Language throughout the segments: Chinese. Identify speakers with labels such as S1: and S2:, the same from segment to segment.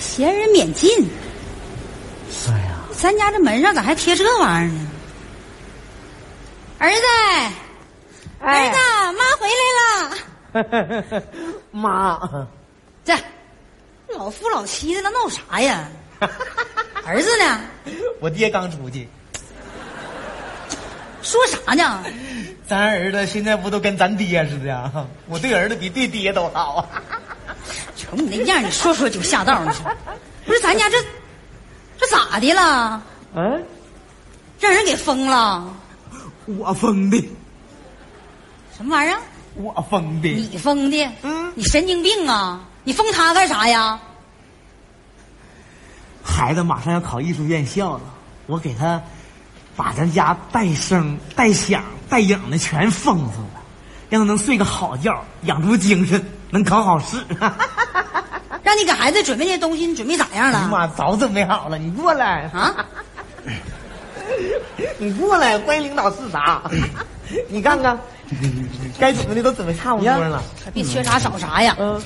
S1: 闲人免进。
S2: 哎呀，
S1: 咱家这门上咋还贴这玩意儿呢？儿子，儿
S2: 哎
S1: 子，，妈回来了。
S2: 妈，
S1: 这老夫老妻的了，闹啥 呀？儿子呢？
S2: 我爹刚出去，
S1: 说啥呢？
S2: 咱儿子现在不都跟咱爹似的啊？我对儿子比对爹都好啊！
S1: 瞅你那样，你说说就下道。你说，不是咱家这这咋的了？
S2: 嗯，
S1: 让人给封了？
S2: 我疯的，
S1: 什么玩意儿？
S2: 我疯的，
S1: 你封的？
S2: 嗯
S1: 你神经病啊！你封他干啥呀？
S2: 孩子马上要考艺术院校了，我给他把咱家带声、带响、带影的全封上了，让他能睡个好觉，养出精神，能考好 试。
S1: 让你给孩子准备那东西，你准备咋样
S2: 哎呀
S1: 了？
S2: 妈，早准备好了，你过来
S1: 啊？
S2: 你过来，欢迎领导视察。 你看看，该准备的都准备差不多了。
S1: 别缺啥少啥呀！
S2: 嗯，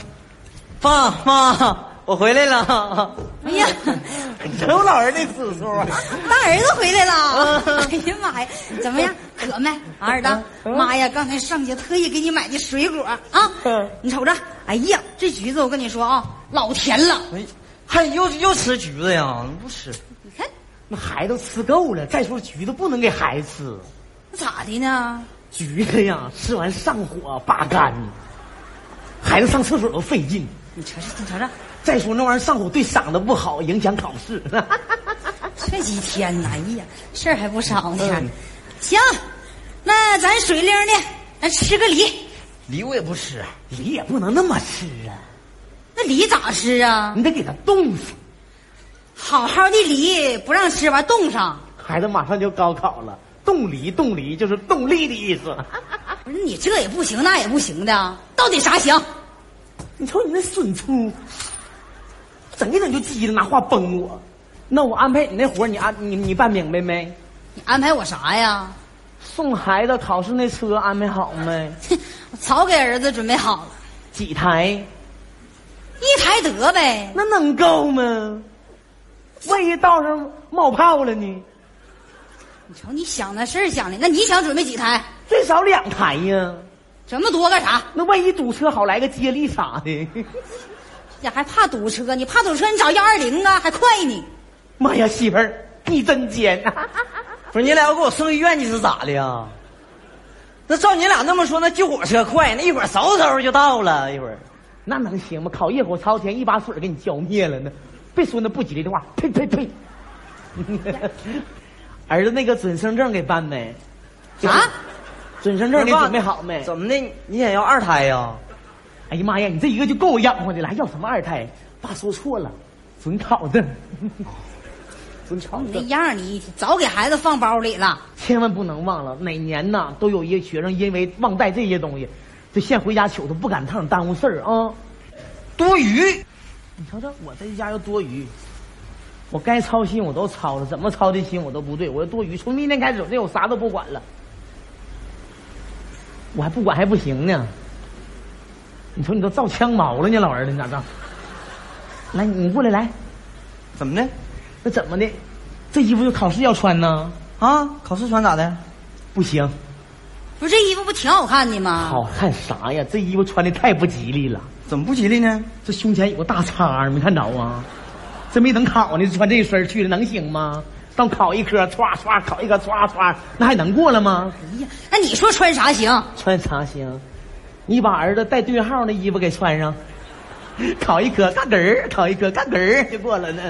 S2: 爸妈，我回来了。
S1: 哎呀，
S2: 瞅老人那指数啊！
S1: 大儿子回来了！
S2: 嗯
S1: 哎呀妈呀，怎么样？渴没？儿子，
S2: 嗯
S1: 妈呀，刚才上去特意给你买的水果啊
S2: 嗯！
S1: 你瞅着，哎呀，这橘子我跟你说啊，老甜了！
S3: 哎，还又又吃橘子呀？不吃，
S1: 你看
S2: 那孩子都吃够了，再说橘子不能给孩子
S1: 咋的呢？
S2: 吃，橘子呀，吃完上火拔干，孩子上厕所都费劲。
S1: 你瞅瞅，你瞅瞅，
S2: 再说那玩意儿上火对嗓子不好，影响考试。
S1: 这几天呢，哎呀，事儿还不少呢
S2: 嗯。
S1: 行，那咱水灵的，咱吃个梨。
S3: 梨我也不吃。啊
S2: 梨也不能那么吃啊，
S1: 那梨咋吃啊？
S2: 你得给它冻死。
S1: 好好的梨不让吃，完冻上。
S2: 孩子马上就高考了，冻梨冻梨就是动力的意思。
S1: 不是你这也不行，那也不行的，到底啥行？
S2: 你瞅你那损粗，整一整就急了，拿话崩我。那我安排你那活儿你安你你办明白没？
S1: 你安排我啥呀？
S2: 送孩子考试那车安排好没？
S1: 哼我早给儿子准备好了，
S2: 几台？
S1: 一台得呗。
S2: 那能够吗？万一道上冒泡了呢？
S1: 你瞅你想那事儿想的，那你想准备几台？
S2: 最少两台呀。
S1: 这么多干啥？
S2: 那万一堵车，好来个接力啥的。
S1: 呀，还怕堵车？你怕堵车，你找幺二零啊，还快呢。
S2: 妈呀，媳妇儿，你真尖！
S3: 不是你俩要给我送医院，你是咋的呀？那照你俩那么说，那救火车快，那一会儿嗖嗖就到了，一会儿。
S2: 那能行吗？烤夜火朝天，一把水给你浇灭了呢。别说那不吉利的话，呸呸呸！ 儿子那个准生证给办没？
S1: 啊？
S2: 准生证给
S3: 爸
S2: 准备好没？
S3: 怎么的？你想要二胎呀？
S2: 哎呀妈呀，你这一个就够我养活的了，还要什么二胎？爸说错了，准考证， 准考
S1: 你那
S2: 证，
S1: 样儿你早给孩子放包里了。
S2: 千万不能忘了，哪年呐都有一些学生因为忘带这些东西，就现回家糗都不赶趟，耽误事儿啊。
S3: 多余。
S2: 你瞅瞅，我这一家又多余，我该操心我都操了，怎么操的心我都不对，我又多余。从明天开始，这我啥都不管了，我还不管还不行呢。你瞅你都照枪毛了呢，老儿子，你咋整？来，你过来来，
S3: 怎么的？
S2: 那怎么的？这衣服就考试要穿呢？
S3: 啊，考试穿咋的？
S2: 不行，
S1: 不是这衣服不挺好看的吗？
S2: 好看啥呀？这衣服穿的太不吉利了，
S3: 怎么不吉利呢？
S2: 这胸前有个大叉儿，没看着啊？这没等考呢，就穿这一身儿去了，能行吗？到考一科，歘歘考一科，歘歘，那还能过了吗？
S1: 哎呀，那你说穿啥行？
S2: 穿啥行？你把儿子带对号那衣服给穿上， 考一科嘎嘣儿，考一科嘎嘣儿就过了呢。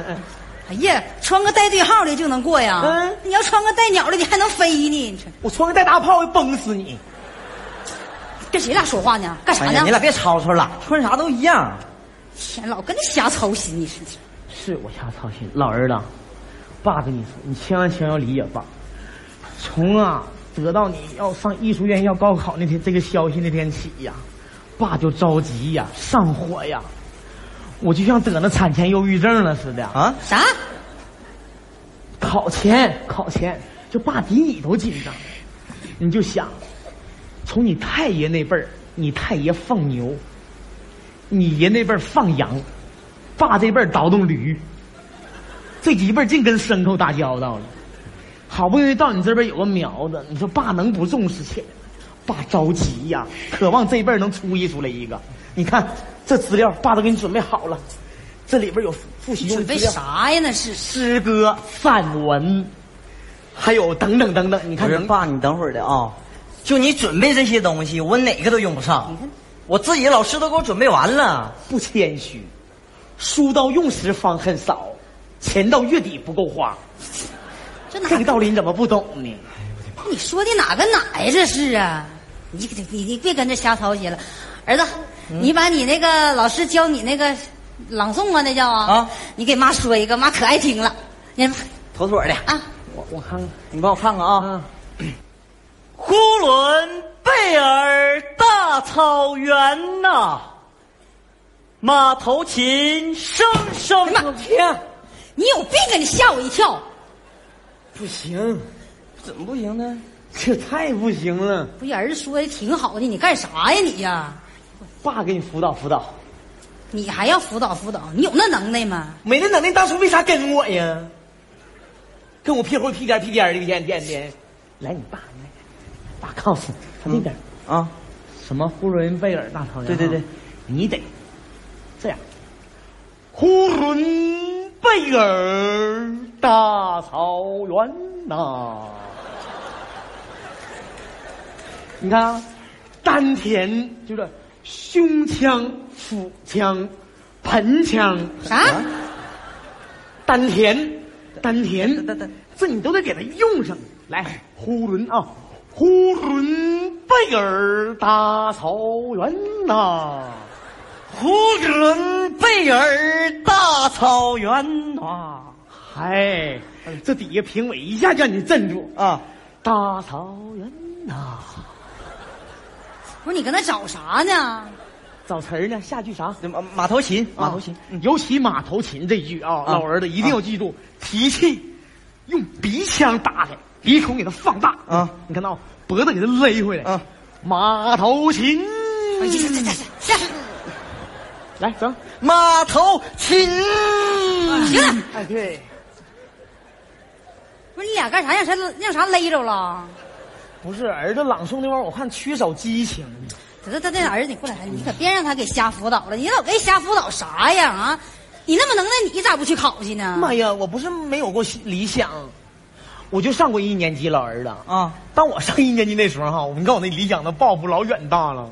S1: 哎呀，穿个带对号的就能过呀？
S2: 嗯
S1: 你要穿个带鸟的，你还能飞呢？你这
S2: 我穿个带大炮会崩死你！
S1: 跟谁俩说话呢？干啥
S3: 哎
S1: 呢
S3: 呀，？你俩别吵吵了，穿啥都一样。
S1: 天，老跟你瞎操心，你是
S2: 是我瞎操心，老儿子，爸跟你说，你千万千万要理解爸。从啊得到你要上艺术院要高考那天这个消息那天起呀、爸就着急呀、上火呀，我就像得那产前忧郁症了似的。
S3: 啊，
S1: 啥？
S2: 考前考前，就爸比你都紧张。你就想，从你太爷那辈儿，你太爷放牛，你爷那辈儿放羊，爸这辈儿倒动驴，这一辈儿净跟牲口打交道了。好不容易到你这边有个苗子，你说爸能不重视起来？爸着急呀、渴望这辈儿能出一出来一个。你看这资料，爸都给你准备好了，这里边有复习用
S1: 准
S2: 的
S1: 备
S2: 资料
S1: 啥呀？那是
S2: 诗歌、散文，还有等等等等。你
S3: 不
S2: 看
S3: 是
S2: 能
S3: 爸，你等会儿的啊，就你准备这些东西，我哪个都用不上。我自己老师都给我准备完了，
S2: 不谦虚，书到用时方恨少，钱到月底不够花。
S1: 这哪
S2: 这个道理你怎么不懂呢？
S1: 你说的哪跟哪呀？这是啊，你你你你别跟着瞎操心了，儿子，
S2: 嗯
S1: 你把你那个老师教你那个朗诵啊，那叫啊，
S3: 啊
S1: 你给妈说一个，妈可爱听了。你
S3: 妥妥的。
S1: 啊，
S2: 我我看看
S3: 你帮我看看啊。
S2: 啊，
S3: 呼伦贝尔大草原呐、马头琴声声
S1: 哎呀妈
S3: 天，
S1: 你有病啊！你吓我一跳。
S2: 不行，
S3: 怎么不行呢？
S2: 这太不行了。
S1: 不是儿子说的挺好的，你干啥呀你呀、
S2: 爸给你辅导辅导，
S1: 你还要辅导辅导？你有那能耐吗？
S2: 没那能耐，当初为啥跟我呀？跟我屁股屁颠屁颠的，一天天天。来，你爸，来，爸告诉你，他那边。
S3: 啊，
S2: 什么呼伦贝尔大草原？啊
S3: 对对对，
S2: 你得这样。呼伦贝尔大草原呐、你看啊，丹田就是胸腔、腹腔、盆腔、
S1: 啥？
S2: 啊丹田、丹田，
S3: 丹丹
S2: 这你都得给它用上。来，呼伦啊，呼伦贝尔大草原呐、
S3: 呼伦贝尔大草原呐、
S2: 啊，嗨，这底下评委一下就让你镇住。
S3: 啊，
S2: 大草原呐、
S1: 不是你搁那找啥呢？
S2: 找词儿呢，下句啥？
S3: 马马头琴，马头琴
S2: 啊，尤其马头琴这句啊，
S3: 啊
S2: 老儿子一定要记住，提气用鼻腔打开，鼻孔给它放大
S3: 啊
S2: 你看到脖子给它勒回来
S3: 啊
S2: 马头琴，
S1: 哎呀，这这这这这。
S2: 来整，
S3: 马头琴。
S1: 行了，
S2: 哎对，
S1: 不是你俩干啥？让啥让啥勒着了？
S2: 不是儿子朗诵那玩意儿，我看缺少激情。
S1: 得得得，儿子，你过来，你可别让他给瞎辅导了。你老给瞎辅导啥呀？啊，你那么能耐，你咋不去考去呢？
S2: 妈呀，我不是没有过理想，我就上过一年级，老儿子啊。
S3: 啊，
S2: 当我上一年级那时候哈，我你看我那理想的抱负老远大了。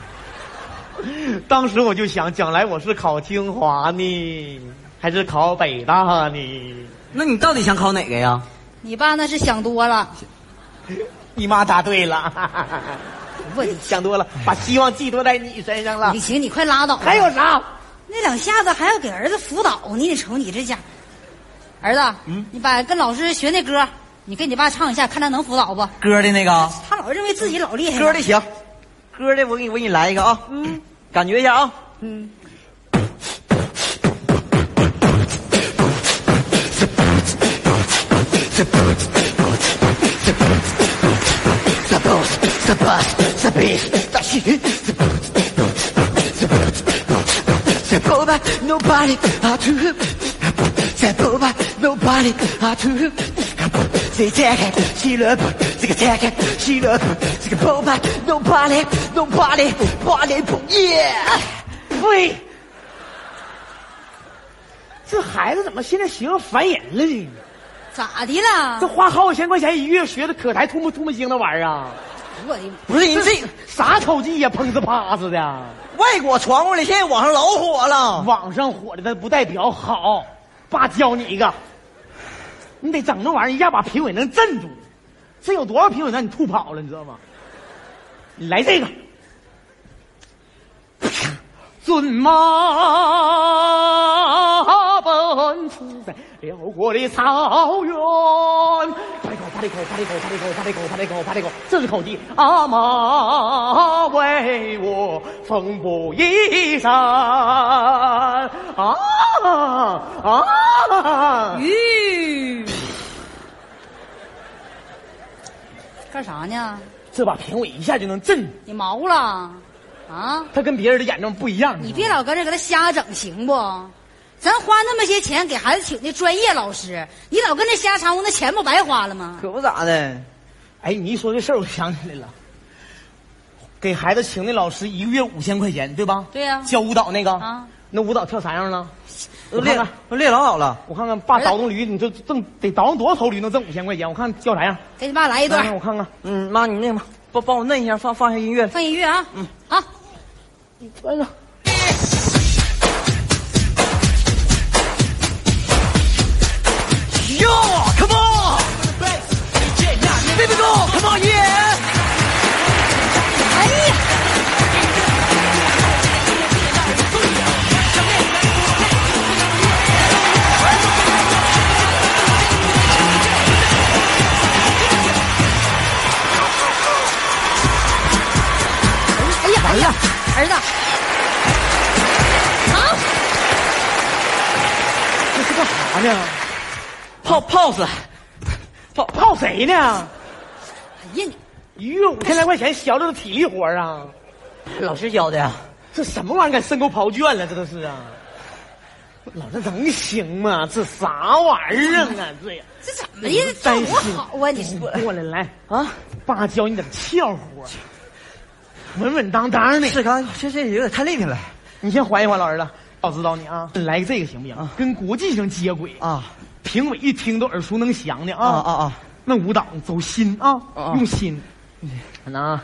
S2: 当时我就想，将来我是考清华呢，还是考北大呢？
S3: 那你到底想考哪个呀？
S1: 你爸那是想多了。
S2: 你妈答对了，
S1: 我的
S2: 想多了，把希望寄托在你身上了
S1: 你。行，你快拉倒吧。
S2: 啊还有啥？
S1: 那两下子还要给儿子辅导呢，你瞅你这家，儿子，嗯，你把跟老师学那歌，你跟你爸唱一下，看他能辅导不？
S3: 歌的那个啊，
S1: 他老认为自己老厉害了。
S3: 歌的行，歌的我给你我给你来一个啊，嗯，感觉一下啊，
S4: the boss, the boss, the beast, the shit, the boss, the boss, the boss, the boba, nobody, how to him, the boba, nobody, how to him, the jacket, she love, the jacket, she love, the boba, nobody, nobody, body, yeah.
S2: 喂，这孩子怎么现在学个烦人了呢？
S1: 咋的
S2: 这
S1: 了？
S2: 花好几千块钱一月学的，可台吐沫吐沫星那玩意儿啊！
S1: 我的
S3: 不是你这个
S2: 啥口技呀、砰呲啪呲的，啊
S3: 外国传过来，现在网上老火了。
S2: 网上火的它不代表好。爸教你一个，你得整那玩意儿，一下把评委能镇住。这有多少评委让你吐跑了，你知道吗？你来这个，骏马奔驰在辽国的草原，八里口，八里口，八里口，八里口，八里口，八里口，八里口，这是口技。阿妈为我缝补衣裳，啊啊！
S1: 吁，干啥呢？
S2: 这把评委一下就能震住。
S1: 你毛了？啊！
S2: 他跟别人的眼中不一样。
S1: 你别老搁这搁那瞎整行不？咱花那么些钱给孩子请的专业老师，你老跟这瞎掺和，那钱不白花了吗？
S3: 可不咋的，
S2: 哎，你一说这事儿，我想起来了。给孩子请的老师一个月五千块钱，对吧？
S1: 对呀
S2: 教舞蹈那个，
S1: 啊
S2: 那舞蹈跳啥样了？
S3: 都
S2: 我
S3: 列
S2: 看看，
S3: 都列老好了。
S2: 我看看，爸
S1: 儿子
S2: 倒腾驴，你这挣得倒腾多少头驴能挣五千块钱？我看教啥样？
S1: 给你爸来一
S2: 来我
S1: 段，
S2: 看看。
S3: 嗯，妈，你那个吧，帮帮我摁一下，放放下音乐。
S1: 放音乐啊！啊，
S2: 哎呀，
S3: Yo, come on, baby go, come on, yeah。
S1: 哎呀！哎呀，哎呀，儿子，啊！
S2: 这是干啥呢？
S3: 泡泡死，
S2: 泡泡谁呢？
S1: 哎呀，你
S2: 一月五千来块钱，小溜的体力活儿啊！
S3: 老师教的呀。
S2: 这什么玩意儿？敢申沟刨圈了？这都是啊！老这能行吗？这啥玩意儿啊？这呀，
S1: 这怎么的？这
S2: 担
S1: 多
S2: 心嗯
S1: 好啊！你说，
S2: 过来来，
S3: 啊，
S2: 爸教你点窍活儿，稳稳当当的。
S3: 志刚，这这有点太累挺了
S2: 你先缓一缓，老儿子，老指导你啊。来这个行不行？跟国际上接轨，
S3: 啊
S2: 评委一听都耳熟能详的
S3: 啊
S2: 啊
S3: 啊啊！
S2: 那舞蹈走心啊，
S3: 啊
S2: 用心。那，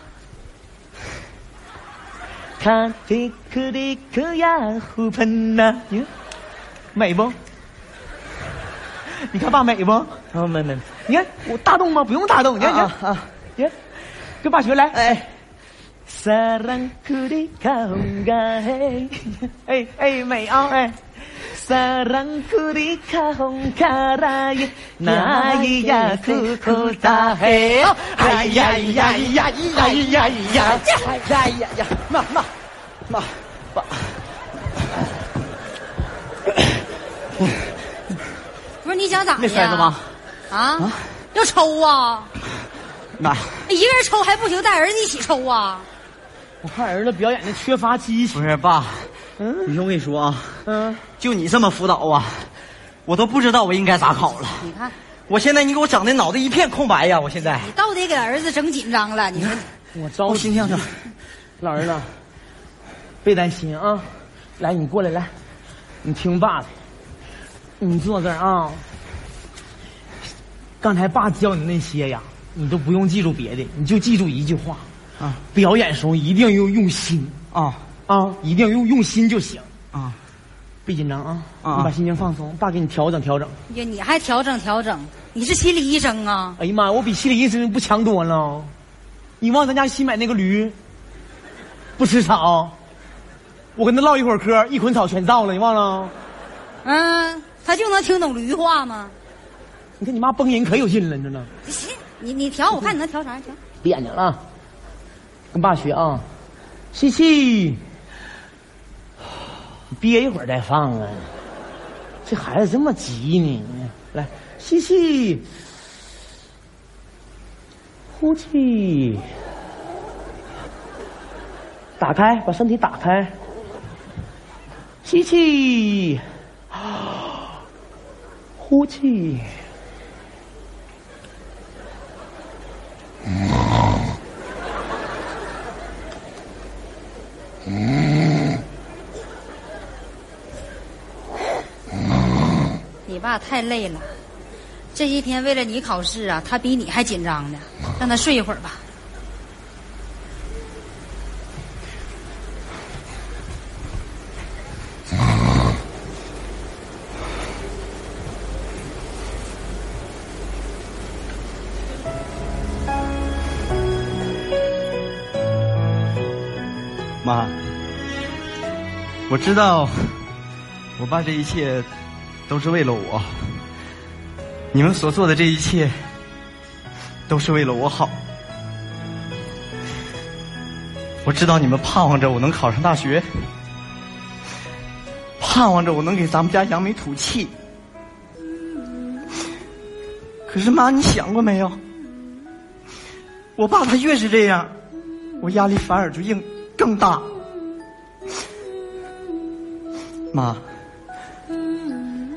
S2: 看迪克迪克呀，呼喷呐，哟美不？你看爸美不？
S3: 啊，没没，
S2: 你看我大动吗？不用大动，你看你
S3: 啊
S2: 看，
S3: 啊，
S2: 你看，跟爸学来。
S3: 哎，
S2: Sarang kurika honga hey，哎哎美啊哎。Sarang kurika honga rai，那咿呀苦苦大嘿，哎呀呀呀呀呀呀！
S3: 哎呀呀呀，妈妈妈，爸，
S1: 不是你想咋的
S3: 没摔着
S1: 呀
S3: 吧？
S1: 啊，要抽啊！
S3: 妈，
S1: 一个人抽还不行，带儿子一起抽啊！
S2: 我看儿子表演的缺乏激情，
S3: 不是爸，
S2: 嗯
S3: 你听我跟你说啊，
S2: 嗯，
S3: 就你这么辅导啊，我都不知道我应该咋考了。
S1: 你看，
S3: 我现在你给我整的脑袋一片空白呀！我现在
S1: 你到底给儿子整紧张了，你说
S2: 我着急，
S3: 哦跳跳，
S2: 老儿子，别担心啊，来你过来来，你听爸的，你坐这儿啊。刚才爸教你那些呀，你都不用记住别的，你就记住一句话
S3: 啊，
S2: 表演时候一定要用心
S3: 啊
S2: 啊，一定要用用心就行，
S3: 啊，
S2: 别紧张啊，
S3: 啊
S2: 你把心情放松，爸给你调整调整。
S1: 你呀，你还调整调整？你是心理医生啊？
S2: 哎呀妈呀，我比心理医生不强多了，你忘咱家新买那个驴，不吃草，我跟他唠一会儿嗑，一捆草全造了，你忘了？
S1: 嗯，他就能听懂驴话吗？
S2: 你看你妈崩人可有劲了，你知道吗？
S1: 行，你你调，我看你能调啥调？
S2: 闭眼睛了，跟爸学啊，吸气，憋一会儿再放啊。这孩子这么急呢，来吸气，呼气，打开，把身体打开，吸气，呼气。
S1: 你爸太累了，这些天为了你考试啊，他比你还紧张呢。让他睡一会儿吧。
S3: 妈，我知道，我爸这一切都是为了我，你们所做的这一切都是为了我好。我知道你们盼望着我能考上大学，盼望着我能给咱们家扬眉吐气。可是妈，你想过没有？我爸他越是这样，我压力反而就硬更大。
S5: 妈，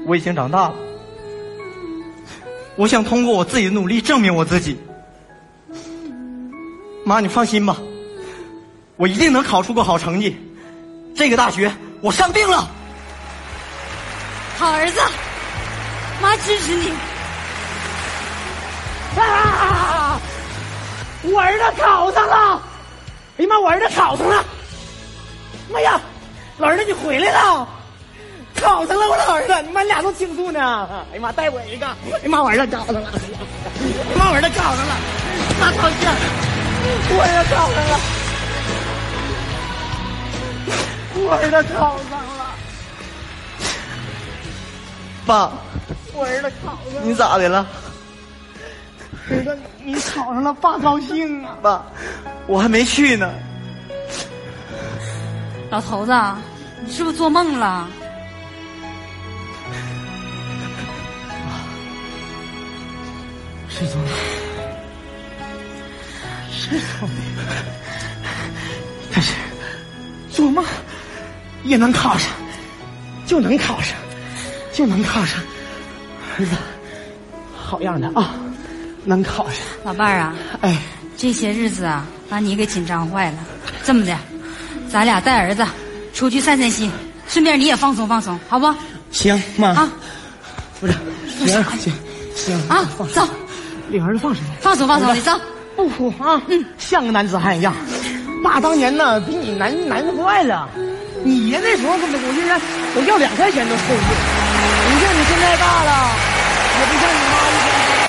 S5: 我已经长大了，我想通过我自己的努力证明我自己。妈，你放心吧，我一定能考出个好成绩。这个大学我上定了。
S1: 好儿子，妈支持你。
S3: 啊！我儿子考上了！哎呀妈，我儿子考上了！妈呀，老儿子你回来了！考上了我老儿子，你妈俩都庆祝呢！哎呀妈，带我一个！哎呀妈，我儿子考上了！哎呀妈，我儿子考上了！妈高兴！我儿子考上了！我儿子考上了！
S5: 爸，
S3: 我儿子考上了！
S5: 你咋的了？
S3: 儿子，你考上了，爸高兴啊！
S5: 爸，我还没去呢。
S1: 老头子，你是不是做梦了？
S3: 是从是从但是做梦也能考上，就能考上，就能考上。儿子，好样的啊，能考上！
S1: 老伴儿啊，
S3: 哎，
S1: 这些日子啊，把你给紧张坏了。这么的，咱俩带儿子出去散散心，顺便你也放松放松，好不？
S3: 行妈，
S1: 啊
S3: 啊不是行行行
S1: 啊
S3: 放，手
S1: 走，
S3: 领儿子放手。
S1: 放松放松，你走。
S3: 不哭啊，嗯，像个男子汉一样。爸当年呢，比你难难坏了。你爷那时候根本我竟然我要两块钱都凑不住。你看你现在大了，也不像你妈一天。